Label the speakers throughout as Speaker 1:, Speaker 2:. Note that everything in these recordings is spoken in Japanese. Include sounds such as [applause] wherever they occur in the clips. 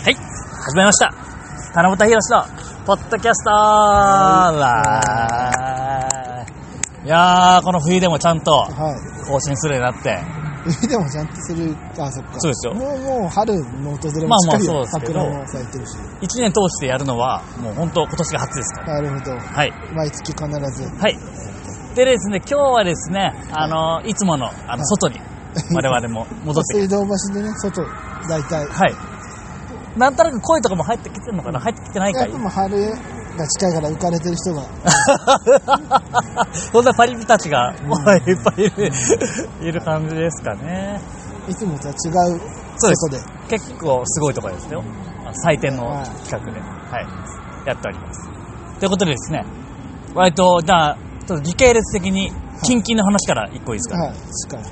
Speaker 1: 始まりました七夕ひろしのポッドキャストわーいやーこの冬でもちゃんと
Speaker 2: は
Speaker 1: 更新するようになって
Speaker 2: い。冬でもちゃんとする、あ、そっか。
Speaker 1: そうですよ
Speaker 2: もう、もう春の訪れ
Speaker 1: まあ
Speaker 2: もしっかり、
Speaker 1: まあそうですけど
Speaker 2: 桜も咲いてるし。
Speaker 1: 1年通してやるのはもう本当今年が初ですから
Speaker 2: なるほど。
Speaker 1: はい
Speaker 2: 毎月必ず。
Speaker 1: はいでですね今日はですねあのいつものあの外に我々も戻ってきて [laughs]
Speaker 2: 水道橋でね、外、大体。
Speaker 1: はいなんとなく声とかも入ってきてるのかな入ってきてないか
Speaker 2: やっ
Speaker 1: い
Speaker 2: ぱもう春が近いから浮かれてる人が、
Speaker 1: そんなパリピたちが、
Speaker 2: ん
Speaker 1: もう [laughs] いっぱいいるいる感じですかね。
Speaker 2: いつもとは違う
Speaker 1: そうです
Speaker 2: 外で。
Speaker 1: 結構すごいところですよ。祭典の企画で、はい、やっております。ということでですね、割と、じゃあ、ちょっと時系列的に、近々の話から一個いいですか、
Speaker 2: はい。しかり。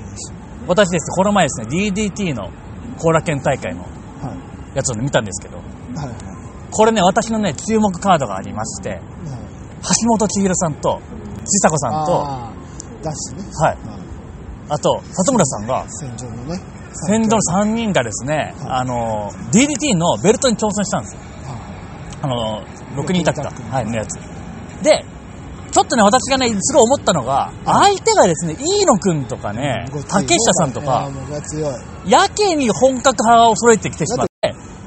Speaker 1: 私ですね、この前ですね、DDT の後楽園大会の
Speaker 2: はい。
Speaker 1: やつをね見たんですけど、
Speaker 2: はい。はい。
Speaker 1: これね、私のね、注目カードがありまして、
Speaker 2: はい
Speaker 1: 橋本千尋さんと、ちさ子さんと、は
Speaker 2: あーだしね。
Speaker 1: い、
Speaker 2: はい。
Speaker 1: あと、里村さんが、
Speaker 2: 戦場のね。
Speaker 1: 先導の3人がですね、あの、DDT のベルトに挑戦したんですよ。
Speaker 2: は
Speaker 1: あの、6人タッグだ
Speaker 2: 六人タッグ
Speaker 1: はい、のやつ。で、ちょっとね、私がね、すごい思ったのが、相手がですね、飯野くんとかね
Speaker 2: いご、つい
Speaker 1: 竹下さんと
Speaker 2: いや
Speaker 1: か
Speaker 2: ー、もうが強い。
Speaker 1: やけに本格派を揃えてきてしまって、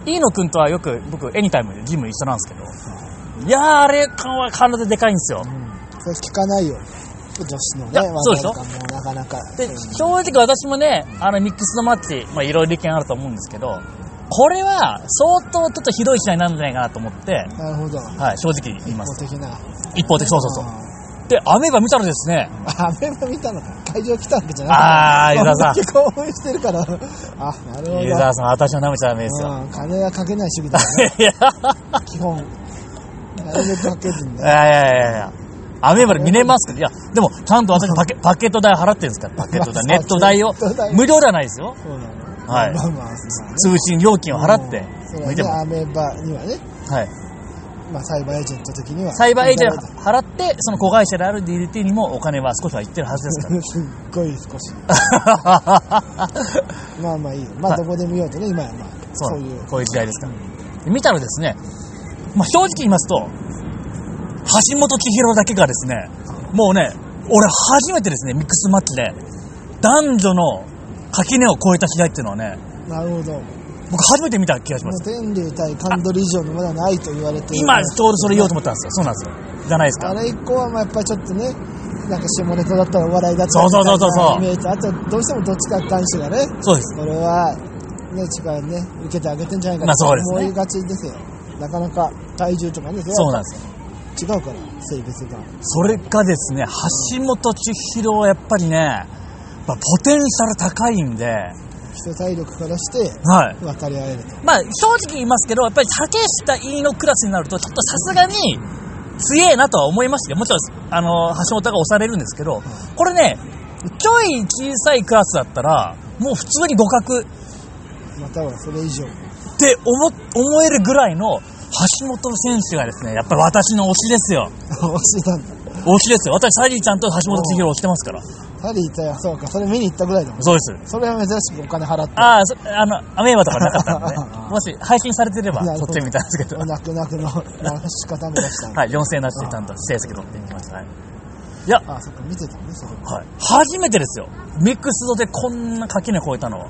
Speaker 1: 飯野くんとはよく、僕、エニタイムでジム一緒なんですけど、いやー、あれは体でかいんですよ
Speaker 2: う。ん。それ聞かないよ。女子のね、
Speaker 1: いやそうでしょ
Speaker 2: 技なんかもうなかなか。
Speaker 1: で
Speaker 2: うん
Speaker 1: 正直私もねあのミックスのマッチ、まあ、いろいろ意見あると思うんですけどこれは相当ちょっとひどい試合になるんじゃないかなと思って、
Speaker 2: なるほど。
Speaker 1: はい、正直言います
Speaker 2: 一方的な。
Speaker 1: 一方的そうそうそう
Speaker 2: う。
Speaker 1: でアメーバ見たらですね
Speaker 2: アメマ見たのか。会場来たわけじゃない。
Speaker 1: あー湯沢
Speaker 2: [laughs]
Speaker 1: さん
Speaker 2: こだけ興奮してるから。あ、なるほど。
Speaker 1: ユーザーさん私は舐めちゃダメですよ、
Speaker 2: うん、金はかけない主義
Speaker 1: [laughs]
Speaker 2: だよね、
Speaker 1: いや
Speaker 2: 基本。なるべくかけずに
Speaker 1: い
Speaker 2: ね。
Speaker 1: やいやいやいやアメーバで見れますけどいやでもちゃんと
Speaker 2: [laughs]
Speaker 1: 私パケパケット代払ってるんですからパケット代
Speaker 2: ま
Speaker 1: ネ
Speaker 2: あ
Speaker 1: ット代を
Speaker 2: ネット代
Speaker 1: 無料ではないですよ
Speaker 2: そうなの。
Speaker 1: はい
Speaker 2: まあまあ、そうだね
Speaker 1: 通信料金を払って
Speaker 2: うんそう
Speaker 1: 見
Speaker 2: だね
Speaker 1: ても
Speaker 2: アメーバにはね、
Speaker 1: はい
Speaker 2: まあ、サイバーエージェント的には。
Speaker 1: サイバーエージェント払ってその子会社である DDT にもお金は少しはいってるはずですから
Speaker 2: [laughs] すっごい少し。
Speaker 1: そ
Speaker 2: まあまあいいよ。ま
Speaker 1: は
Speaker 2: あ、
Speaker 1: い
Speaker 2: どこで見ようとね、今はまあ、そうう
Speaker 1: い
Speaker 2: いうう。
Speaker 1: こういう時代ですから。で見たらですね、まあ、正直言いますと、橋本千尋だけがですね、もうね、俺初めてですね、ミックスマッチで、男女の垣根を越えた試合っていうのはね、
Speaker 2: なるほど。も
Speaker 1: 僕初めて見た気がしま
Speaker 2: う
Speaker 1: す。
Speaker 2: 天竜対カンドル以上のものはないと言われてる
Speaker 1: 今、ちょうどそれ言おうと思ったんですよ。そうなんですよ。じゃないです
Speaker 2: あ
Speaker 1: か。
Speaker 2: れ以降はまあやっぱりちょっとね、なんか下ネタだったらお笑いだった
Speaker 1: そう
Speaker 2: ら
Speaker 1: そうそうそうそう
Speaker 2: みたいなイメージあとどうしてもどっちか男子がね、
Speaker 1: そうです。
Speaker 2: これは、ね、力ね、受けてあげてんじゃないか
Speaker 1: まあそう
Speaker 2: と
Speaker 1: ですね
Speaker 2: 思いがちですよ。なかなか体重とかね、
Speaker 1: そうなんですよ。
Speaker 2: す違うから、性別が。
Speaker 1: それがですね、橋本千尋はやっぱりね、まあ、ポテンシャル高いんで、は
Speaker 2: 人体力からして
Speaker 1: い。
Speaker 2: 渡り合えると。
Speaker 1: まあ、正直言いますけど、やっぱり竹下委員のクラスになると、ちょっとさすがに、強えなとは思いましたよ。もちろん、あの、橋本が押されるんですけど、これね、ちょい小さいクラスだったら、もう普通に互角っ
Speaker 2: またはそれ以上。 [laughs]
Speaker 1: て思、思えるぐらいの橋本選手がですね、やっぱり私の推しですよ。
Speaker 2: 惜しなんだ。
Speaker 1: 推しですよ。私、サリーちゃんと橋本千尋を推してますから。
Speaker 2: サリー対はそうか、それ見に行ったぐらいだもん。
Speaker 1: そうです。
Speaker 2: それは珍しくお金払って。、
Speaker 1: ああ、そあの、アメーバとかなかったん [laughs] で、ねもし配信されてれば、
Speaker 2: なる
Speaker 1: そ
Speaker 2: ほ
Speaker 1: っ
Speaker 2: ど
Speaker 1: ち見たんですけど
Speaker 2: お。泣く泣くの流し方も出したの。
Speaker 1: はい、4000円なしでちゃんと成績取っていきました。はいいや、
Speaker 2: あ、そっか、見てたのね、それ。も
Speaker 1: はい、初めてですよ。ミックスドでこんな垣根越えたのは。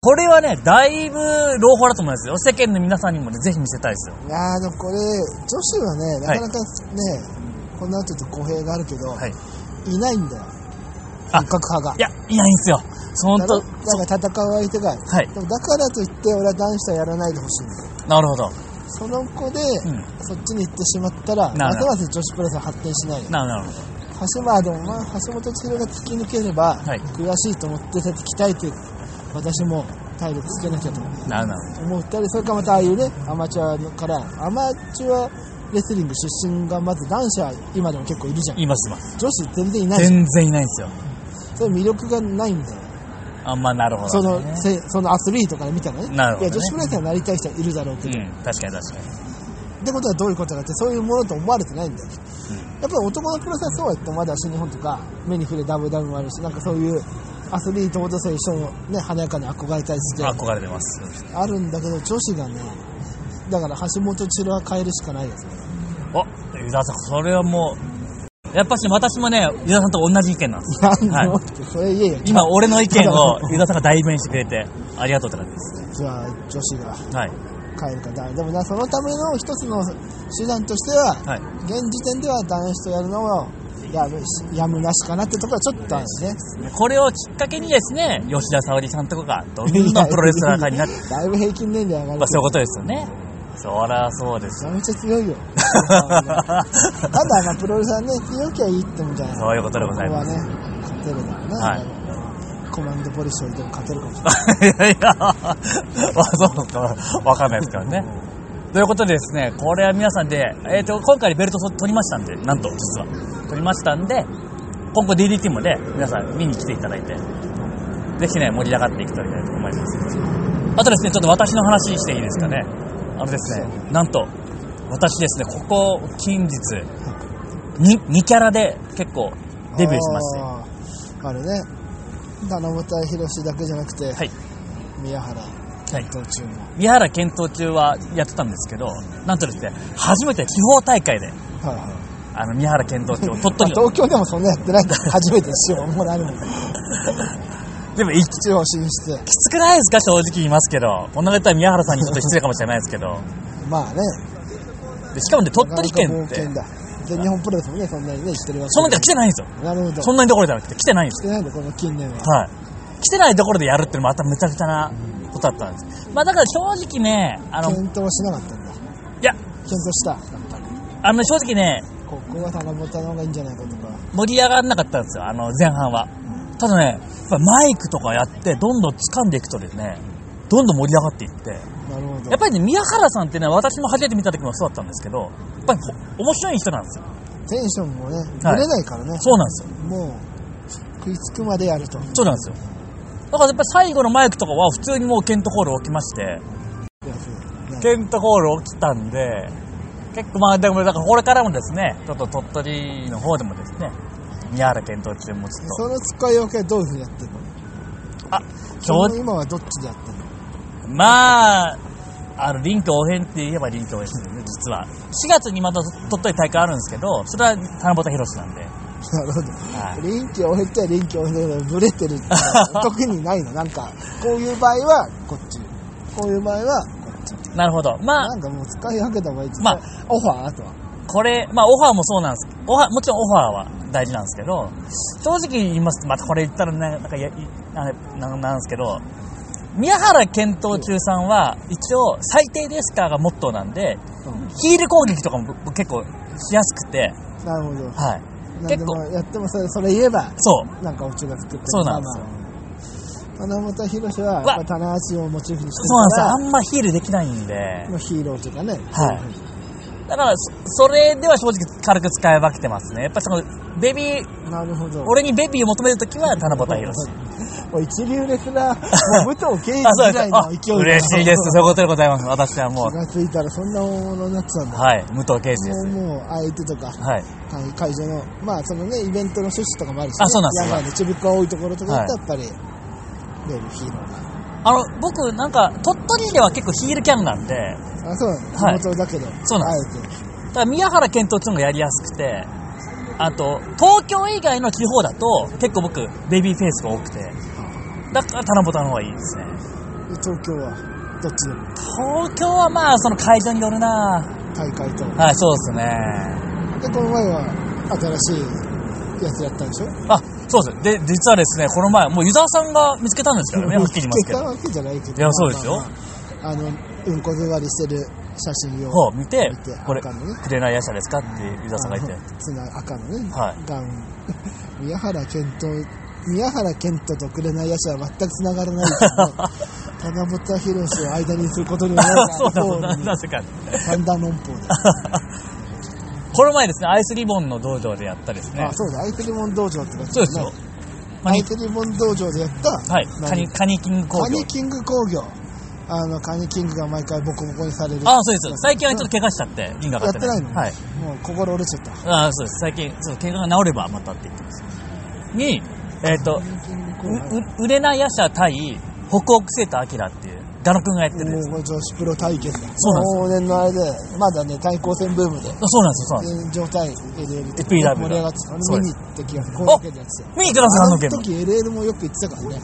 Speaker 1: これはね、だいぶ朗報だと思いますよ。世間の皆さんにもね、ぜひ見せたいですよ。
Speaker 2: ういやーでもこれ、女子はね、なかなかね、こんなちょっと語弊があるけど、
Speaker 1: はい。
Speaker 2: いないんだよ。
Speaker 1: あ
Speaker 2: 本格派が
Speaker 1: い。や、いないんですよ。その
Speaker 2: だろ
Speaker 1: と、
Speaker 2: だから戦う相手が。
Speaker 1: はい。
Speaker 2: でもだからといって、俺は男子はやらないでほしいんだよ。
Speaker 1: なるほど。
Speaker 2: その子で、
Speaker 1: うん。
Speaker 2: そっちに行ってしまったら、
Speaker 1: な
Speaker 2: ま
Speaker 1: るほ
Speaker 2: す
Speaker 1: ど
Speaker 2: ます女子プロレスは発展しないよ。
Speaker 1: なるなるほど。
Speaker 2: 橋まあでも、まあ、橋本千尋が突き抜ければ、
Speaker 1: はい
Speaker 2: 悔しいと思って、そうやって鍛えて、私も体力つけなきゃと思う。
Speaker 1: なるなる
Speaker 2: 思ったりそれからまたああいうねアマチュアのからアマチュアレスリング出身がまず男子は今でも結構いるじゃん
Speaker 1: 言います、います。
Speaker 2: 女子全然いないじゃん
Speaker 1: 全然いないんですよ。
Speaker 2: それ魅力がないんだよ
Speaker 1: あんまあなるほ
Speaker 2: そ
Speaker 1: ど、
Speaker 2: の
Speaker 1: ね。
Speaker 2: せそのアスリートから見たらね
Speaker 1: なるほどね
Speaker 2: いや女子プロレスラーになりたい人はいるだろうけど、
Speaker 1: うん、確かに確かに。
Speaker 2: ってことはどういうことかってそういうものと思われてないんだよ、やっぱり男のプロレスはそうは言ってもまだ新日本とか目に触れ WW もあるしなんかそういうアスリートとそういう人もね、華やかに憧れたりして、
Speaker 1: 憧れてます。
Speaker 2: あるんだけど、女子がね、だから橋本千代は変えるしかないですね。
Speaker 1: あ、湯沢さん、それはもう、やっぱし私もね、湯沢さんと同じ意見なんです。
Speaker 2: なんのって、それ言えよ。
Speaker 1: 今、俺の意見を湯沢さんが代弁してくれて、ありがとうって感じです。
Speaker 2: じゃあ、女子が
Speaker 1: はい。
Speaker 2: 変えるかだ。でもな、そのための一つの手段としては、
Speaker 1: はい。
Speaker 2: 現時点では男子とやるのはやむやむなしかなってところはちょっとあるね。
Speaker 1: これをきっかけにですね、吉田沙保里さんとかが、どんなプロレスラーかになって、
Speaker 2: だ [laughs] いぶ平均年齢上がる
Speaker 1: まあ、
Speaker 2: け
Speaker 1: そうい
Speaker 2: ど
Speaker 1: うことですよね。そらそうです。
Speaker 2: めちゃめちゃ強いよ。ただ、ま
Speaker 1: は
Speaker 2: あ、プロレスはね、強きゃいいってもんじゃない
Speaker 1: そういうことでございます
Speaker 2: ここはね、勝てるだろうね。
Speaker 1: はい
Speaker 2: コマンドポリションでも勝てるかもしれな
Speaker 1: いや
Speaker 2: い。
Speaker 1: いや、まあ、そうか、わかんないですからね。ということでですね、これは皆さんで、えっ、と、今回ベルト取りましたんで、なんと、実は。取りましたんで、今後 DDT もね、皆さん見に来ていただいて、ぜひね、盛り上がっていきたいと思います。あとですね、ちょっと私の話していいですかね。あのですね、なんと、私ですね、ここ近日、に2キャラで結構デビューしまして、は
Speaker 2: あーあれね、七本宏だけじゃなくて、
Speaker 1: い。
Speaker 2: 宮原
Speaker 1: はい
Speaker 2: 闘中も。
Speaker 1: 宮原検討中はやってたんですけど、なんとですね、初めて地方大会で、
Speaker 2: はいはい
Speaker 1: あの、宮原検討中、鳥
Speaker 2: まあ
Speaker 1: 取の、
Speaker 2: 東京でもそんなやってないんだ初めてしようもないもん。
Speaker 1: でも、いき
Speaker 2: 地方進出。
Speaker 1: つくないですか、正直言いますけど。こんなこと言ったら宮原さんにちょっと失礼かもしれないですけど。
Speaker 2: まあね、
Speaker 1: でしかもね、鳥取県
Speaker 2: な
Speaker 1: っ
Speaker 2: かなか冒険
Speaker 1: て、
Speaker 2: だ。で、日本プロレスもね、そんなにね、行ってるわけ
Speaker 1: その時は来てないんですよ。
Speaker 2: なるほど。
Speaker 1: そんなにどころじゃなくて、来てないんです
Speaker 2: してないんだ、この近年は。
Speaker 1: よ。はい。来てないところでやるってのもまためちゃくちゃなことだったんです。まあだから正直ね、あの、い
Speaker 2: 検討しなかったんだ。
Speaker 1: や、
Speaker 2: 検討した。やっぱり
Speaker 1: あの正直ね、
Speaker 2: ここは七夕の方がいいんじゃないかとか。
Speaker 1: 盛り上がんなかったんですよ、あの前半は。ただね、やっぱマイクとかやって、どんどん掴んでいくとですね、どんどん盛り上がっていって、
Speaker 2: なるほど。
Speaker 1: やっぱりね、宮原さんってね、私も初めて見た時もそうだったんですけど、やっぱりほ面白い人なんですよ。
Speaker 2: テンションもね、ぶれないからね。
Speaker 1: そうなんですよ。
Speaker 2: もう、食いつくまでやると。
Speaker 1: そうなんですよ。だからやっぱり最後のマイクとかは普通にもうケントホール起きまして、
Speaker 2: やつね
Speaker 1: ケントホール起きたんで、結構まあでも、だからこれからもですね、ちょっと鳥取の方でもですね、宮原検討中もちょっ
Speaker 2: その使い分けはどういうふうにやってるの
Speaker 1: と、あ、
Speaker 2: そ
Speaker 1: 正直
Speaker 2: の今はどっちでやってるの [laughs]
Speaker 1: まあ、あの、臨機応変って言えば臨機応変ですよね、実は。4月にまた鳥取大会あるんですけど、それは田中博士なんで。
Speaker 2: なるほど。
Speaker 1: はい
Speaker 2: 臨機応変って臨機応変だけど、ブレてるっていうのは特にないの。なんか、こういう場合はこっち。こういう場合はこっち。
Speaker 1: なるほど。まあ
Speaker 2: な、んかもう使い分けた方がいいですね
Speaker 1: まあ
Speaker 2: オファーあとは。
Speaker 1: これ、まあ、オファーもそうなんです。オファー、もちろんオファーは大事なんですけど、正直言いますと、またこれ言ったらね、なんかや、いあれななんですけど、宮原検討中さんは、一応、最低ですかがモットーなんで、
Speaker 2: うん
Speaker 1: ヒール攻撃とかも僕結構しやすくて、
Speaker 2: なるほど。
Speaker 1: はい。
Speaker 2: なんで
Speaker 1: 結構
Speaker 2: もやってもそれそれ言えば、
Speaker 1: そう。
Speaker 2: なんかオチが作ってる
Speaker 1: そうなんですよ
Speaker 2: まあまあ七夕宏はやっ
Speaker 1: わ
Speaker 2: ぱ棚橋をモチーフにして
Speaker 1: そうなんです
Speaker 2: る
Speaker 1: よ。
Speaker 2: か
Speaker 1: あんまヒールできないんで
Speaker 2: ら、。のヒーローというかね、
Speaker 1: はいだからそ、それでは正直軽く使い分けてますね。やっぱその、ベビー、
Speaker 2: なるほど
Speaker 1: 俺にベビーを求めるときは、七夕博士。
Speaker 2: おい一流レスラーもう武藤敬
Speaker 1: あ、
Speaker 2: 司
Speaker 1: [laughs] そう
Speaker 2: ぐ
Speaker 1: で
Speaker 2: ら
Speaker 1: す
Speaker 2: い。
Speaker 1: あ
Speaker 2: の勢いだ、
Speaker 1: 嬉しいです。そういうことでございます。私はも
Speaker 2: 気
Speaker 1: う、
Speaker 2: がついたらそんな大物になってたんだ、
Speaker 1: はい、武藤圭司で
Speaker 2: も
Speaker 1: す。
Speaker 2: うもう相手とか
Speaker 1: はい。
Speaker 2: 会会場のまあそのねイベントの趣旨とかもあるし、ね、
Speaker 1: あそうなんですよ
Speaker 2: 野外のちびっこが多いところとかだったらやっぱり、ベルヒーロー
Speaker 1: あの、僕、なんか、鳥取では結構ヒールキャンなんで、
Speaker 2: があそうなんだ、
Speaker 1: はい
Speaker 2: 地元だけど
Speaker 1: そうなん
Speaker 2: あえて
Speaker 1: だから宮原健人っていうのがやりやすくて、あと、東京以外の地方だと、結構僕、ベビーフェイスが多くて、だから、七夕の方がいいですね。
Speaker 2: で東京はどっちでも
Speaker 1: 東京はまあ、その会場によるな
Speaker 2: 大会と
Speaker 1: はい、そうですね。
Speaker 2: で、この前は新しいやつやったんでしょ
Speaker 1: あ、そうです。で、実はですね、この前、もう湯沢さんが見つけたんですからね、はっきり言いますけ
Speaker 2: 見つけた
Speaker 1: ど。
Speaker 2: わけじゃないけど。
Speaker 1: いやそうですよ
Speaker 2: まあまあまああの、うんこ座りしてる写真を。
Speaker 1: ほう、見て
Speaker 2: 見て、
Speaker 1: これ、
Speaker 2: 赤のね
Speaker 1: くれないやですかって湯沢さんが言って。
Speaker 2: つな赤のね、
Speaker 1: はい
Speaker 2: ガウン。 [laughs] 宮原健人、宮原健人と紅野手は全く繋がらないけど、七夕博士を間にすることにはない
Speaker 1: [laughs] そうだそうだ、
Speaker 2: に
Speaker 1: なぜか。
Speaker 2: 三段論法だ。
Speaker 1: この前ですね、アイスリボンの道場でやったですね
Speaker 2: あ、。そうだ、アイテリモン道場ってやつ
Speaker 1: そうですよ。。
Speaker 2: アイテリモン道場でやった、
Speaker 1: はい。
Speaker 2: 何
Speaker 1: カニ、カニキング工
Speaker 2: カ
Speaker 1: 業
Speaker 2: ニ。キング工業。あの、カニキングが毎回ボコボコにされる。
Speaker 1: あ、そうです。最近はちょっと怪我しちゃって、銀河
Speaker 2: や
Speaker 1: が
Speaker 2: ってないの、
Speaker 1: はい。
Speaker 2: もう心折れちゃった。
Speaker 1: あそうです。最近、ちょっと怪我が治ればまたって言ってます。に、えっ、と、うう売れない野者対北北セーターアっていう、ガ野くんがやってるんです。
Speaker 2: もう女子プロ対決だ。
Speaker 1: そうなん
Speaker 2: 往年のあれで、まだね、対抗戦ブームで、
Speaker 1: あそうなんですよ、そうなんですよ。
Speaker 2: 状態 LL と
Speaker 1: FPW が
Speaker 2: 盛り上がってた。
Speaker 1: そうで
Speaker 2: 俺見に行った気がする。こういうわけでやつよ。
Speaker 1: 見に行ってください、あ
Speaker 2: あ
Speaker 1: の
Speaker 2: の
Speaker 1: 件の。
Speaker 2: 時 LL もよく言ってたからね。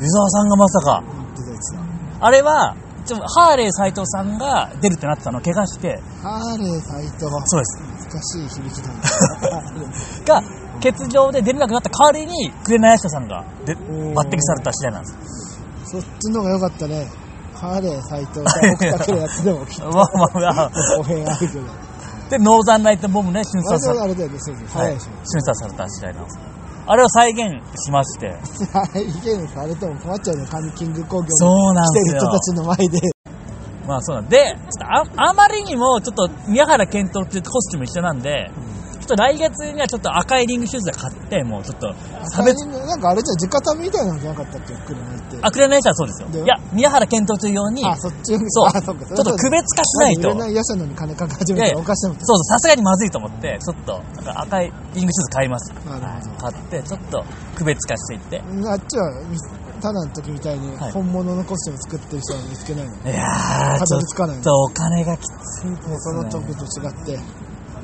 Speaker 1: 湯沢さんがまさか。
Speaker 2: 言ってたやつだ。
Speaker 1: あれは、ちょハーレー斎藤さんが出るってなってたの、怪我して、
Speaker 2: ハーレー斎藤。
Speaker 1: そうです。
Speaker 2: 難しい響きだな。
Speaker 1: が、欠場で出れなくなった代わりに、紅谷下さんがで抜
Speaker 2: ん
Speaker 1: 擢された次第なんです。
Speaker 2: そっちの方が良かったね。ハーレー斎藤が僕だけのやつでもきっと
Speaker 1: まあまあまあ。
Speaker 2: お部屋あ
Speaker 1: [laughs]
Speaker 2: るけど。
Speaker 1: で、ノーザンナイトボムね、瞬
Speaker 2: あれ
Speaker 1: 殺さ
Speaker 2: でも
Speaker 1: れ
Speaker 2: あれだよね、そうそう。
Speaker 1: た、は
Speaker 2: 早
Speaker 1: い、
Speaker 2: いし。
Speaker 1: 瞬殺された次第なんです。あれを再現しまして、
Speaker 2: はい、意見されても困っちゃうね、カンキング工業に
Speaker 1: そうなん
Speaker 2: 来て
Speaker 1: です
Speaker 2: る
Speaker 1: よ
Speaker 2: 人たちの前で。
Speaker 1: まあそうなんで、ちょっとああまりにも、ちょっと宮原健人っていうコスチューム一緒なんで、ちょっと来月にはちょっと赤いリングシューズで買って、もうちょっと差別、
Speaker 2: なんかあれじゃん、直旅みたいなのじゃなかったっけ、車に行って。
Speaker 1: あ、紅谷下はそうですよ。
Speaker 2: で
Speaker 1: いや、宮原健人というように、
Speaker 2: あ、そっち
Speaker 1: そう、
Speaker 2: あ
Speaker 1: ちょ
Speaker 2: そ
Speaker 1: っ
Speaker 2: か
Speaker 1: と区別化しないと。
Speaker 2: 売れない野社のに金かけ始めたらおかしいもん。
Speaker 1: そうそう、さすがにまずいと思って、ちょっと、なんか赤いリングシューズ買います。
Speaker 2: なるほ
Speaker 1: 買って、ちょっと区別化していって。
Speaker 2: ど。あっちは、ただの時みたいに
Speaker 1: はい
Speaker 2: 本物のコスチューム作ってる人は見つけないの。
Speaker 1: いやー、
Speaker 2: た
Speaker 1: ち
Speaker 2: ど
Speaker 1: ょ
Speaker 2: り着かない
Speaker 1: っとお金がきついですね。
Speaker 2: その時と違って、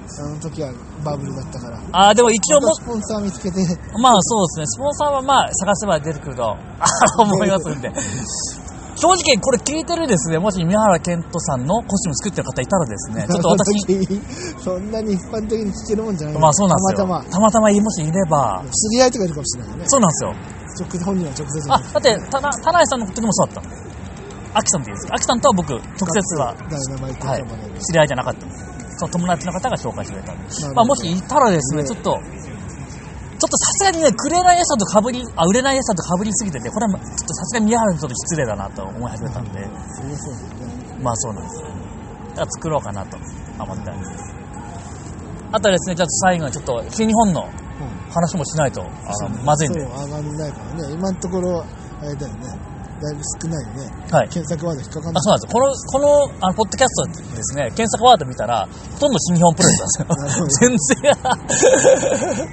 Speaker 2: その時はバブルだったから。
Speaker 1: あー、でも一応も
Speaker 2: また、スポンサー見つけて、
Speaker 1: まあそうですね、スポンサーはまあ探せば出てくると [laughs] 思いますんで。正直これ聞いてるですね、もし宮原健人さんのコスチューム作ってる方いたらですね、ちょっと私、
Speaker 2: 私、そんなに一般的に聞けるもんじゃない
Speaker 1: まあそうなんですよ。
Speaker 2: た [laughs] またま。
Speaker 1: たまたまもしいれば、
Speaker 2: 知り合いとかいるかもしれないね。
Speaker 1: そうなんですよ。
Speaker 2: 直本人は直接じゃ
Speaker 1: あ
Speaker 2: なく、
Speaker 1: だって、たな、田内さんの時もそうだったの。アキさんって言うんですけど、アキさんとは僕、直接は、
Speaker 2: ダイナマイトとか
Speaker 1: はい
Speaker 2: まで、
Speaker 1: 知り合いじゃなかったんです。その友達の方が紹介してくれたんで
Speaker 2: ほど
Speaker 1: まあ、もしいたらですね、
Speaker 2: ね
Speaker 1: ちょっと、ちょっとさすがにね、くれない餌とかぶり、あ、売れない餌とかぶりすぎてて、これはちょっとさすがに宮原にちょっと失礼だなと思い始めたんで、
Speaker 2: そりゃそうだよね。
Speaker 1: まあそうなんです。だから作ろうかなと思ってあります。あとはですね、じゃあ最後にちょっと、新日本の話もしないと、あのまずいんで
Speaker 2: そ。う、上がんないからね。今のところ、あれだよね。だいぶ少ないよね。
Speaker 1: はい。
Speaker 2: 検索ワード引っかかん
Speaker 1: あ
Speaker 2: ない。
Speaker 1: そうなんですよこの、この、あの、ポッドキャストですね、検索ワード見たら、ほとんど新日本プロレスなんですよ。全然、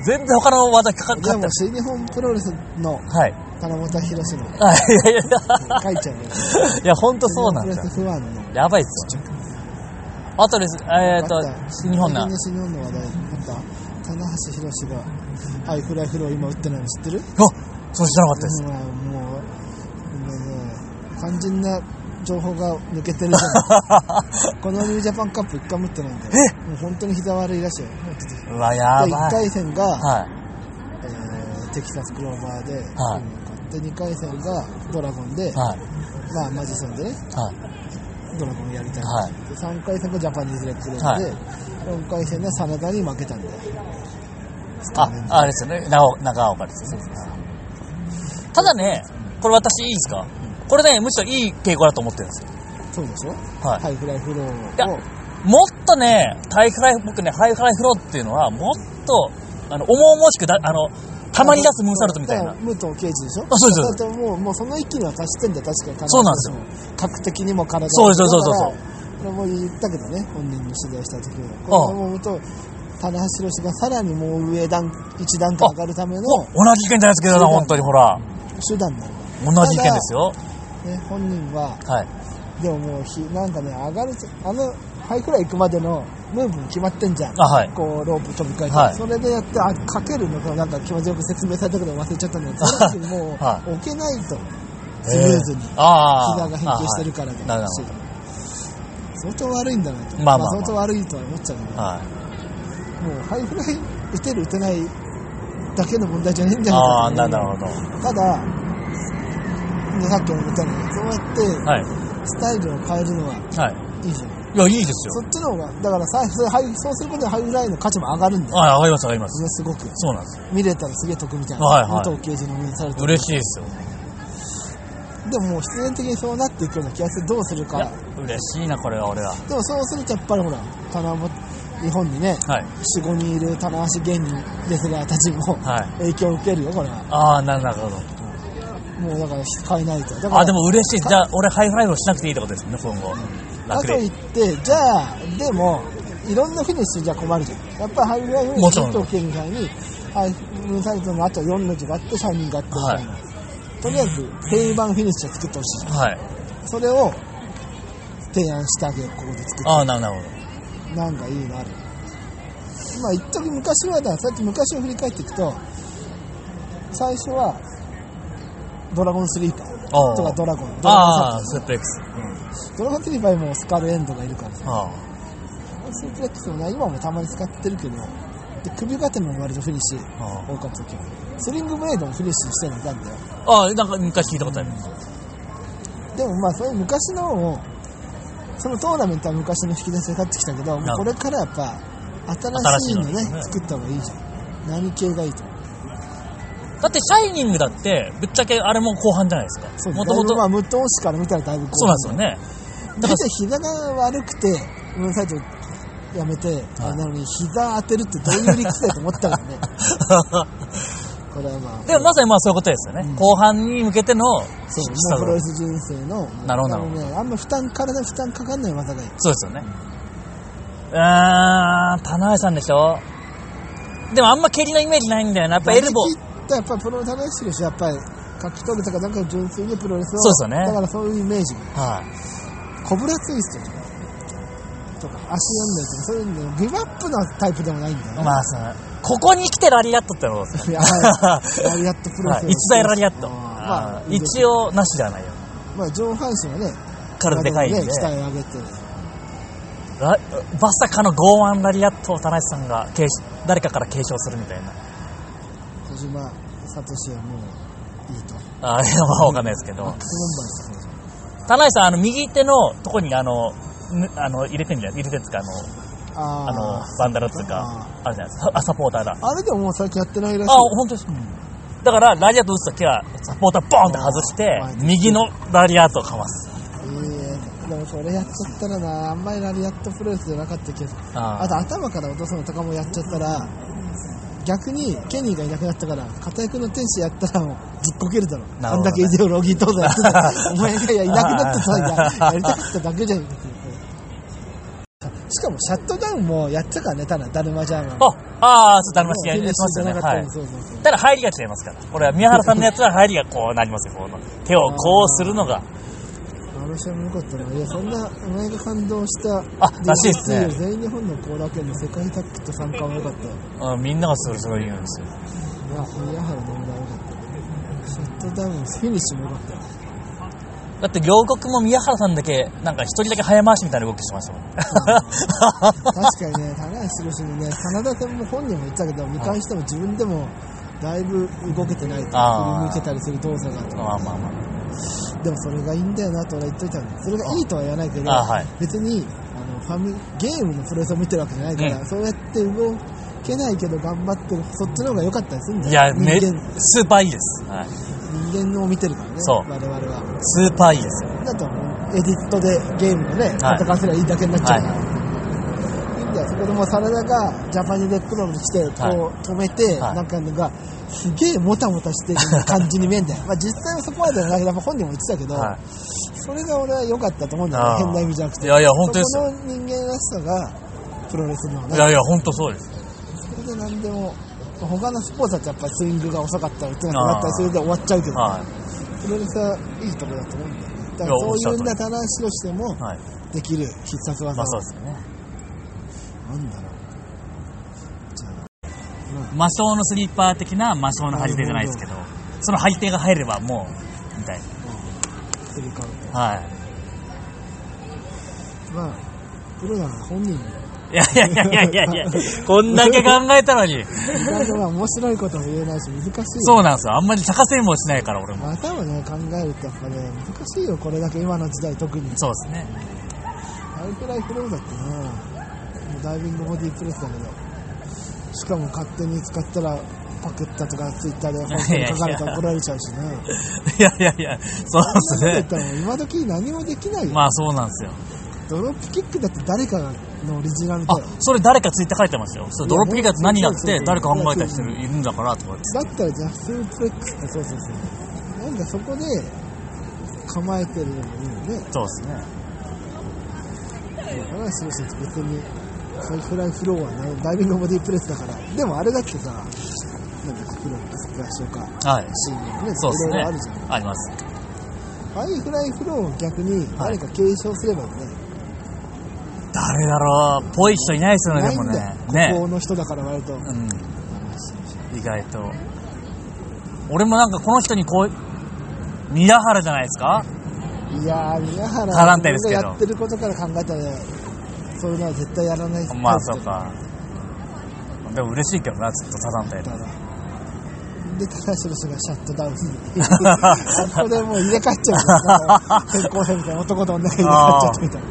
Speaker 1: 全然他の話題かかって
Speaker 2: で
Speaker 1: な
Speaker 2: も、新日本プロレスの
Speaker 1: はい。
Speaker 2: 金本博士の
Speaker 1: あいやいやい
Speaker 2: 書いちゃうよね。
Speaker 1: や、いや、ほんとそうなん
Speaker 2: プ
Speaker 1: で
Speaker 2: ロ
Speaker 1: す
Speaker 2: レ
Speaker 1: よ。
Speaker 2: ス不安の。
Speaker 1: やばいっすよ。あとです、えっと
Speaker 2: あた、
Speaker 1: 新日本な
Speaker 2: 最近。の新日本の話題、あった棚橋宏が、ハイフライフロー今打ってないの知ってる
Speaker 1: あそう知らなかったです。
Speaker 2: もう、もう、ね、肝心な情報が抜けてるじ
Speaker 1: [laughs]
Speaker 2: ゃん。このニュージャパンカップ一回も打ってないんだよ。もう本当に膝悪いらしいよ。
Speaker 1: うわ、や
Speaker 2: で
Speaker 1: ば
Speaker 2: 1
Speaker 1: い。
Speaker 2: 回戦が、
Speaker 1: はい。
Speaker 2: えーテキサスクローバーで、
Speaker 1: はい
Speaker 2: で2回戦がドラゴンで、
Speaker 1: はい。
Speaker 2: まあマジソンでね、
Speaker 1: はい。
Speaker 2: ドラゴンやりたい、
Speaker 1: はい
Speaker 2: で3回戦がジャパニーズレックレンで、
Speaker 1: はい
Speaker 2: 4回戦が真田に負けたんだよ。
Speaker 1: あ、あれですよね。長岡長岡ですよね。ただね、これ私いいですかこれね、むしろいい傾向だと思ってるんですよ。
Speaker 2: そうでしょ、
Speaker 1: はい
Speaker 2: ハイフライフロ
Speaker 1: いや
Speaker 2: ーを。
Speaker 1: もっとね、体育会、僕ね、ハイフライフローっていうのは、もっと、あの、重々しくだ、あの、たまに出すムーンサルトみたい
Speaker 2: だ
Speaker 1: な
Speaker 2: か。ら武藤敬司でしょ
Speaker 1: あそうです
Speaker 2: だってもう、もうその域には達してんだよ、確かに。
Speaker 1: そうなんですよ
Speaker 2: よ。格的にも体
Speaker 1: そうそうそうそう
Speaker 2: だからこれも言ったけどね、本人に取材した時は。これはもう武藤、棚橋宏がさらにもう上段、一段階上がるための
Speaker 1: 同じ意見じゃないですけどな、本当にほら。
Speaker 2: 手段なんだよ
Speaker 1: 同じ意見ですよ。
Speaker 2: ね。本人は、
Speaker 1: はい。
Speaker 2: でももうひ、なんかね、上がる、あの、ハイくらい行くまでのムーブに決まってんじゃん。
Speaker 1: あ、はい。
Speaker 2: こうロープ飛び替えて、
Speaker 1: はい
Speaker 2: それでやってあかけるのかなんか気持ちよく説明されたけど忘れちゃったんだけどその時にも
Speaker 1: [laughs]
Speaker 2: う、
Speaker 1: は
Speaker 2: 置けないとスムーズに
Speaker 1: えーああ。
Speaker 2: 膝が変形してるからだ
Speaker 1: あはいなる
Speaker 2: し相当悪いんだな
Speaker 1: まあ
Speaker 2: と、
Speaker 1: まあまあ
Speaker 2: 相当悪いとは思っちゃうけど、
Speaker 1: はい。
Speaker 2: もうハイフライ打てる打てないだけの問題じゃねえんじゃない
Speaker 1: ああ、
Speaker 2: か
Speaker 1: な
Speaker 2: と
Speaker 1: な
Speaker 2: 思
Speaker 1: る
Speaker 2: う
Speaker 1: ほど。
Speaker 2: ただねさっきも言ったようにそうやっ
Speaker 1: はい。
Speaker 2: てスタイルを変えるのはい
Speaker 1: はい
Speaker 2: じゃん
Speaker 1: い。いや、いいですよ。
Speaker 2: そっちの方がだからさそれハイそうすることでハイフライの価値も上がるんだよ
Speaker 1: はい、上がります、上がります。
Speaker 2: それすごく
Speaker 1: そうなんですよ。
Speaker 2: 見れたらすげえ得みたいな、
Speaker 1: はいはい
Speaker 2: 武藤刑事の目にされて
Speaker 1: 嬉しいですよ。
Speaker 2: でももう必然的にそうなっていくような気がするどうする
Speaker 1: いや
Speaker 2: か、
Speaker 1: 嬉しいな、これは、俺は。
Speaker 2: でもそうするとやっぱりほら棚も日本にね
Speaker 1: はい。
Speaker 2: 45人いる棚橋芸人レスラーたちも
Speaker 1: はい。
Speaker 2: 影響を受けるよこれは
Speaker 1: ああ、ななるほど。
Speaker 2: もうだから変えないとだから
Speaker 1: あ、でも嬉しい。じゃあ、俺、ハイフライブをしなくていいってことですね、今後。
Speaker 2: か
Speaker 1: 楽
Speaker 2: とい
Speaker 1: で。
Speaker 2: ってじゃあでもいろんなフィニッシュじゃ困るじゃんやっぱりハイフライより
Speaker 1: もちろん
Speaker 2: 武藤刑事みたいにはい、ムーンサルトのあと4の字があって、シャイニングがあってみたいな。
Speaker 1: は
Speaker 2: とりあえず、定番フィニッシュを作ってほしい。
Speaker 1: はい。
Speaker 2: それを提案してあげよう、ここで作
Speaker 1: ああ、なるなるほど。
Speaker 2: る。なんかいいのある。まあ、一時昔はだ、さっき昔を振り返っていくと、最初は、ドラゴンスリーパー
Speaker 1: ああ
Speaker 2: とかドラゴン、ドラゴンサ
Speaker 1: ああ、スープレックス。
Speaker 2: ドラゴンスリーパーにもスカルエンドがいるからさ、
Speaker 1: あ
Speaker 2: スープレックスもね、今もたまに使ってるけど、で首がても割とフィニッシュ
Speaker 1: あ
Speaker 2: 多かった時は、スリングブレードもフィニッシュしてるのいたんだよ。
Speaker 1: ああ、なんか昔聞いたことある。
Speaker 2: でもまあそういう昔のをそのトーナメントは昔の引き出しで勝ってきたけどもうこれからやっぱ新しいのね
Speaker 1: 新しいのね
Speaker 2: 作った方がいいじゃん何系がいいと思う
Speaker 1: だって、シャイニングだって、ぶっちゃけあれも後半じゃないです
Speaker 2: そ
Speaker 1: か。
Speaker 2: う
Speaker 1: もとも
Speaker 2: だいぶま
Speaker 1: と。
Speaker 2: あムットン氏から見たらだいぶ
Speaker 1: そうなんですよね。
Speaker 2: よ大体膝が悪くてムーンサイトやめて、あれなのに膝当てるってどういう理屈だと思ったからね [laughs] これはまあ
Speaker 1: [laughs] でもまさにまあそういうことですよね。
Speaker 2: うん
Speaker 1: 後半に向けての
Speaker 2: そ
Speaker 1: き
Speaker 2: う
Speaker 1: つさ
Speaker 2: もうプロ
Speaker 1: が
Speaker 2: レス人生の
Speaker 1: なるほどなるほど
Speaker 2: あのねあんま負担体に負担かかんない技がいい
Speaker 1: そうですよね。うーん、田辺さんでしょでもあんま蹴りのイメージないんだよな。やっぱエルボー。
Speaker 2: ーやっぱプロレス話してるしやっぱり格闘技とかなんか純粋にプロレスを
Speaker 1: そうですよね
Speaker 2: だからそういうイメージ
Speaker 1: はい。
Speaker 2: コブラツイストとかとか足読んだりとかそういうのギブアップなタイプでもないんだよね、
Speaker 1: まあ、その、ここに来てラリアットっての [laughs] はどうです
Speaker 2: いやラリアットプ
Speaker 1: か
Speaker 2: ロレ
Speaker 1: は
Speaker 2: ス
Speaker 1: い。一大ラリアット。
Speaker 2: あーま
Speaker 1: ま
Speaker 2: あ
Speaker 1: あ、
Speaker 2: いいです
Speaker 1: 一応なしじゃないよ。
Speaker 2: まあ上半身はね
Speaker 1: 体でかいんで。
Speaker 2: ね鍛え上げて
Speaker 1: ラまさかの剛腕ラリアットを田辺さんが継承、誰かから継承するみたいな。
Speaker 2: 小島聡はもういいとマッ
Speaker 1: あ
Speaker 2: クス
Speaker 1: ーいやまあわかんないですけど。
Speaker 2: ボンバーですね
Speaker 1: 田辺さん、あの、右手のとこに、あの、ぬあの入れてんじゃない入れてんですか、あの、
Speaker 2: あ
Speaker 1: あの
Speaker 2: ー、
Speaker 1: バンダラっていうか、あるじゃないですか、あサポーターだ。あ、
Speaker 2: あれでももう最近やってないらしいよ
Speaker 1: 本当ですか。だから、ラリアット打つときは、サポーターボーンって外して
Speaker 2: あー、
Speaker 1: 右のラリアットをかます。
Speaker 2: ええでもそれやっちゃったらなあんまりラリアットプロレスじゃなかったけど
Speaker 1: あー
Speaker 2: あと頭から落とすのとかもやっちゃったら逆にケニーがいなくなったから片役の天使やったらもうずっこけるだろう、
Speaker 1: な
Speaker 2: あ
Speaker 1: る
Speaker 2: ん
Speaker 1: ほ
Speaker 2: だ
Speaker 1: ど
Speaker 2: け
Speaker 1: ね
Speaker 2: イデオロギーとかやってたらお前がいやいなくなったさややりたかっただけじゃんしかもシャットダウンもやってたからねただダルマジャーマン
Speaker 1: あ、ああ、そう、だりました。や
Speaker 2: フィ
Speaker 1: り
Speaker 2: ニッ
Speaker 1: ま
Speaker 2: シュ
Speaker 1: すよ
Speaker 2: じゃな
Speaker 1: ね。
Speaker 2: かった
Speaker 1: は
Speaker 2: の
Speaker 1: い
Speaker 2: に。そうそうそう
Speaker 1: ただ、入りが違いますから。これは、宮原さんのやつは入りがこうなりますよ、こう。手をこうするのが。
Speaker 2: あの試合も良かったな。いや、そんな、お前が感動した。
Speaker 1: あらしいっすね
Speaker 2: 全日本の後楽園の世界タッグと参加も良かったよ。
Speaker 1: うん、みんながそれそれ言うんですよ。
Speaker 2: いや、宮原の問題良かった。シャットダウン、フィニッシュも良かったよ。
Speaker 1: だって、両国も宮原さんだけ、なんか一人だけ早回しみたいな動きしてましたもん。
Speaker 2: 確かにね、棚橋宏にね、カナダ戦も本人も言ってたけど、見返しても自分でも、だいぶ動けてないと。
Speaker 1: あー
Speaker 2: 振り抜けたりする動作がと
Speaker 1: まあまあま
Speaker 2: でもそれがいいんだよなと俺は言っといたんだそれがいいとは言わないけど、
Speaker 1: あはい
Speaker 2: 別にあのファミゲームのプロレスを見てるわけじゃないから、
Speaker 1: う
Speaker 2: そうやって動けないけど頑張ってるそっちの方が良かったりするん
Speaker 1: あ。
Speaker 2: だ
Speaker 1: いや、
Speaker 2: よ
Speaker 1: め、
Speaker 2: 人間
Speaker 1: スーパーいいです。はい。
Speaker 2: 人間を見てるからね
Speaker 1: そう
Speaker 2: 我々は
Speaker 1: スーパーいいですよ。
Speaker 2: だとエディットでゲームをね戦わせればいいだけになっちゃうから、いいんだよそこでもう真田がジャパニーレッドロールに来てこう止めて、
Speaker 1: はい
Speaker 2: なんかのがすげえもたもたしてる感じに見えん
Speaker 1: [laughs]
Speaker 2: だよまあ実際はそこまではなくて本人も言ってたけど、
Speaker 1: はい。
Speaker 2: それが俺は良かったと思うんだよ
Speaker 1: あ
Speaker 2: ね
Speaker 1: ー
Speaker 2: 変な意味じゃなくて
Speaker 1: いやいや本当ですよ
Speaker 2: そこの人間らしさがプロレスの
Speaker 1: い
Speaker 2: ね
Speaker 1: やいや、ほんとそうです。
Speaker 2: それで何でも他のスポーツだってやっぱスイングが遅かったり打てなくなったりそれで終わっちゃうけど
Speaker 1: は
Speaker 2: プロレスはいいところだと思うんだよねだから
Speaker 1: いや
Speaker 2: そ
Speaker 1: おっしゃ
Speaker 2: う
Speaker 1: る通
Speaker 2: いう
Speaker 1: り
Speaker 2: んな棚橋としても
Speaker 1: い。はい。
Speaker 2: できる必殺技
Speaker 1: まあそう
Speaker 2: を
Speaker 1: ですよね。
Speaker 2: なんだろうじゃあまあ
Speaker 1: 魔性のスリーパー的な魔性の張り手じゃないですけど、その張り手が入ればもう、みたい
Speaker 2: うんスリーカウン
Speaker 1: な。はい。
Speaker 2: トまあプロなら本人も
Speaker 1: いやいやいやいやいやいや、こんだけ考えたのに。
Speaker 2: 意外とまあ面白いことも言えないし難しいよね
Speaker 1: そうなんですよ。あんまり高せもしないから、俺も。
Speaker 2: 技をね考えるってやっぱね難しいよこれだけ今の時代特に
Speaker 1: そうですね。
Speaker 2: アルフライフローだってねもうダイビングボディープレスだけどしかも勝手に使ったらパクったとかツイッターで本当に書かれたら怒られちゃうしね
Speaker 1: いやいやいや、そうです
Speaker 2: そんな
Speaker 1: ね
Speaker 2: こと。言ったら今時何もできないよ、
Speaker 1: まあそうなんですよ。
Speaker 2: ドロップキックだって誰かのオリジナルだ
Speaker 1: あ
Speaker 2: よ、
Speaker 1: それ誰かツイッター書いてましたよ。それドロップキックだって何だっ
Speaker 2: いや
Speaker 1: て
Speaker 2: ね
Speaker 1: 誰か考えた人いるんだから、とか言って。
Speaker 2: だったらジャスープレックスってそうそうそうなんかそこで構えてるのもいいよね
Speaker 1: そうですね。
Speaker 2: 話しましたけど別にハイフライフローはねダイビングボディープレスだからでもあれだってさなんかプロのスプラッシュとか、
Speaker 1: はい。
Speaker 2: シーンとかね、
Speaker 1: そうです
Speaker 2: いろ
Speaker 1: ね
Speaker 2: いろあるじゃん。。
Speaker 1: あります。
Speaker 2: ハイフライフローを逆に誰か継承すればいいね、
Speaker 1: 誰だろう。ぽい人いないですよね、
Speaker 2: な
Speaker 1: で
Speaker 2: い
Speaker 1: も
Speaker 2: んだ
Speaker 1: ね。、
Speaker 2: よこ
Speaker 1: ね。
Speaker 2: この人だから割と、うん、
Speaker 1: うん。意外と俺もなんかこの人にこう宮原じゃないですか
Speaker 2: いやー宮原
Speaker 1: タランタですけど
Speaker 2: やってることから考えたらねそういうのは絶対やらない
Speaker 1: まあ
Speaker 2: タ
Speaker 1: そ
Speaker 2: イ
Speaker 1: う
Speaker 2: プだよ
Speaker 1: かでも嬉しいけどなずっとサザン隊
Speaker 2: だからで高橋宏がシャットダウン
Speaker 1: [laughs]
Speaker 2: あこでもう入れ替わっちゃうから変更変みたいな男と女が入れ替わっちゃったみたいな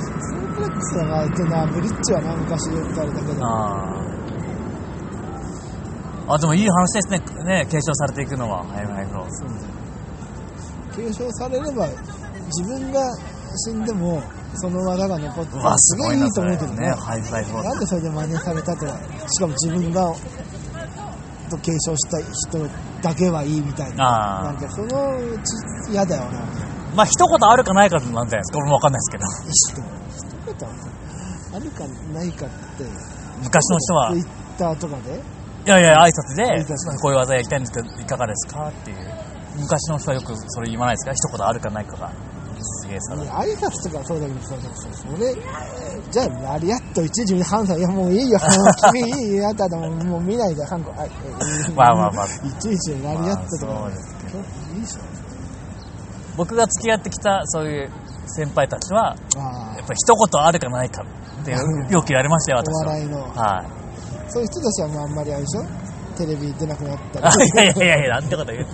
Speaker 2: ツープレックスが相手なブリッジはな昔よくあれだけど
Speaker 1: あああでもいい話ですねね継承されていくのははいはいそう
Speaker 2: そうだよ継承されれば自分が死んでもその技が残って
Speaker 1: うわすごいな
Speaker 2: す
Speaker 1: そ
Speaker 2: ごい
Speaker 1: れ
Speaker 2: いいと思うけ
Speaker 1: ね
Speaker 2: どね
Speaker 1: ハイフライフロ
Speaker 2: なん
Speaker 1: ー
Speaker 2: でそれで真似されたとはしかも自分がと継承した人だけはいいみたい
Speaker 1: あ
Speaker 2: な
Speaker 1: ー
Speaker 2: なんかそのうち嫌だよな
Speaker 1: まあ一言あるかないかなんじゃないですか俺もわかんないです
Speaker 2: 一言あるかないかっ
Speaker 1: け
Speaker 2: て
Speaker 1: ど昔の人は
Speaker 2: ツイ
Speaker 1: い
Speaker 2: ッターとかで
Speaker 1: やいや挨拶で
Speaker 2: 挨拶
Speaker 1: こういう技やりたいんですけどいかがですかっていう昔の人はよくそれ言わないですか一言あるかないかがすげえさ
Speaker 2: いや挨拶とかはそうだけどさそれじゃあラリアット一時にハンさんいやもういいよもう君いいよあんたでももう見ないでハンコあい
Speaker 1: まあまあまあ
Speaker 2: いちいちラリアットとか、
Speaker 1: まあそうですけど
Speaker 2: いいでしょ
Speaker 1: 僕が付き合ってきたそういう先輩たちは
Speaker 2: あ
Speaker 1: や
Speaker 2: あ
Speaker 1: っぱり一言あるかないかってよく言われましたよ私
Speaker 2: お
Speaker 1: は
Speaker 2: 笑いの
Speaker 1: は
Speaker 2: そういう人たちはもうあんまりあれでしょテレビ出なくなったら
Speaker 1: いいやいやいやいやなんて [laughs] こと言う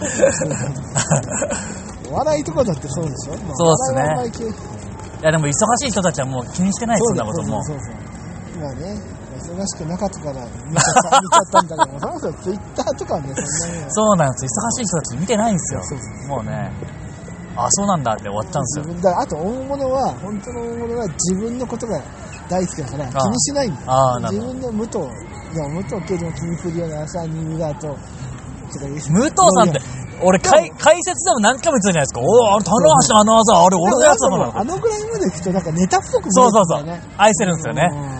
Speaker 2: お笑いとかだってそうでしょ、まあ
Speaker 1: そうっすね
Speaker 2: お笑いはあんまり気に
Speaker 1: いやでも忙しい人たちはもう気にしてないですそんなことも
Speaker 2: そうそうそうそうまあね忙しくなかったから見ちゃった見ちゃったんだ
Speaker 1: [laughs]
Speaker 2: けどそもそもツイッターとかはねそんなに
Speaker 1: そうなんです忙しい人たち見てないんですよ
Speaker 2: そうそ
Speaker 1: もうねあそうなんだって終わっちゃうんです
Speaker 2: 自
Speaker 1: よ
Speaker 2: 分だあと大物は本当の大物は自分のことが大好きだから気
Speaker 1: ああ
Speaker 2: にしないんだよ
Speaker 1: ああなる
Speaker 2: 自
Speaker 1: ほど
Speaker 2: 分の武藤でも武藤刑事も気にするような朝にだととか言う
Speaker 1: 武藤さんって俺解解説でも何回も言ってたじゃないですかおおあの棚橋のあの技あれ俺のやつだ
Speaker 2: でも
Speaker 1: な
Speaker 2: あのぐらいまで行くとなんかネタっぽく見え
Speaker 1: そうそうそ
Speaker 2: るんだよ
Speaker 1: う
Speaker 2: ね
Speaker 1: 愛せるんですよね
Speaker 2: う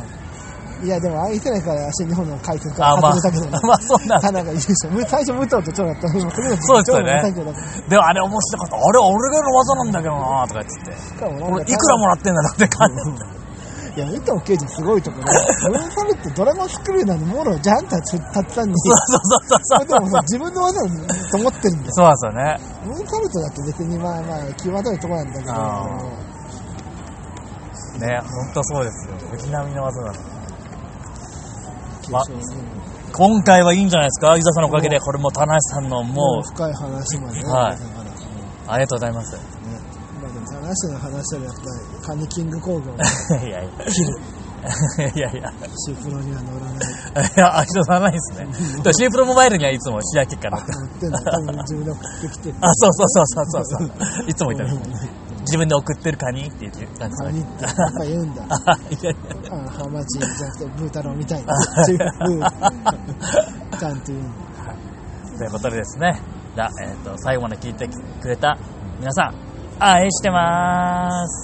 Speaker 2: んいやでも愛せないから新日本の解説から
Speaker 1: あまあ
Speaker 2: 外れたけどね
Speaker 1: [laughs] まあそうなんです
Speaker 2: 田中優勝最初武藤と長だったのに
Speaker 1: そうですよね
Speaker 2: 長野だった
Speaker 1: でもあれ面白かったあれ俺らの技なんだけどなとか言ってて
Speaker 2: しかもなん
Speaker 1: 俺
Speaker 2: か
Speaker 1: いくらもらってんだろうって感じ
Speaker 2: いや武藤刑事すごいところ俺のためってドラゴンスクリューなのもろジャンタ立って
Speaker 1: [laughs]
Speaker 2: たんに
Speaker 1: [laughs] そうそうそう
Speaker 2: で
Speaker 1: そう
Speaker 2: もさ自分の技だと思ってるんだよ
Speaker 1: そうなんですよね
Speaker 2: ムーンサルトだって別にまあまあ際どいとこなんだけど
Speaker 1: あね、本当そうですよ。藤波の技だ。
Speaker 2: 決
Speaker 1: ま
Speaker 2: 勝戦
Speaker 1: 今回はいいんじゃないですか伊沢さんのおかげで、これもう、田無さんのもう、
Speaker 2: 深い話まで
Speaker 1: はい
Speaker 2: ね、だからね
Speaker 1: ありがとうございます。
Speaker 2: まあでも田無の話よりやっぱりカニキング工
Speaker 1: [laughs]
Speaker 2: 業
Speaker 1: いやいや。 [laughs] いやいや。
Speaker 2: シープロには乗らない
Speaker 1: いや、ありがとうございますね。でもシープロモバイルにはいつも試合結果な
Speaker 2: あ
Speaker 1: んか。
Speaker 2: 乗ってん
Speaker 1: [laughs]
Speaker 2: の多分自分で送ってきてる
Speaker 1: あ、そうそうそうそうそうそう。いつも言ってます。自分で送ってるカニっていう感じ
Speaker 2: [laughs] カ
Speaker 1: で
Speaker 2: ニ
Speaker 1: す。
Speaker 2: ってやっぱ言うんだ
Speaker 1: あ [laughs] いやいや
Speaker 2: あハマチじゃなくてブー太郎みたいなっていううんちゃんと言うんだ
Speaker 1: ということでですね、じゃあえっ、と、最後まで聞いてくれた皆さん、愛してまーす。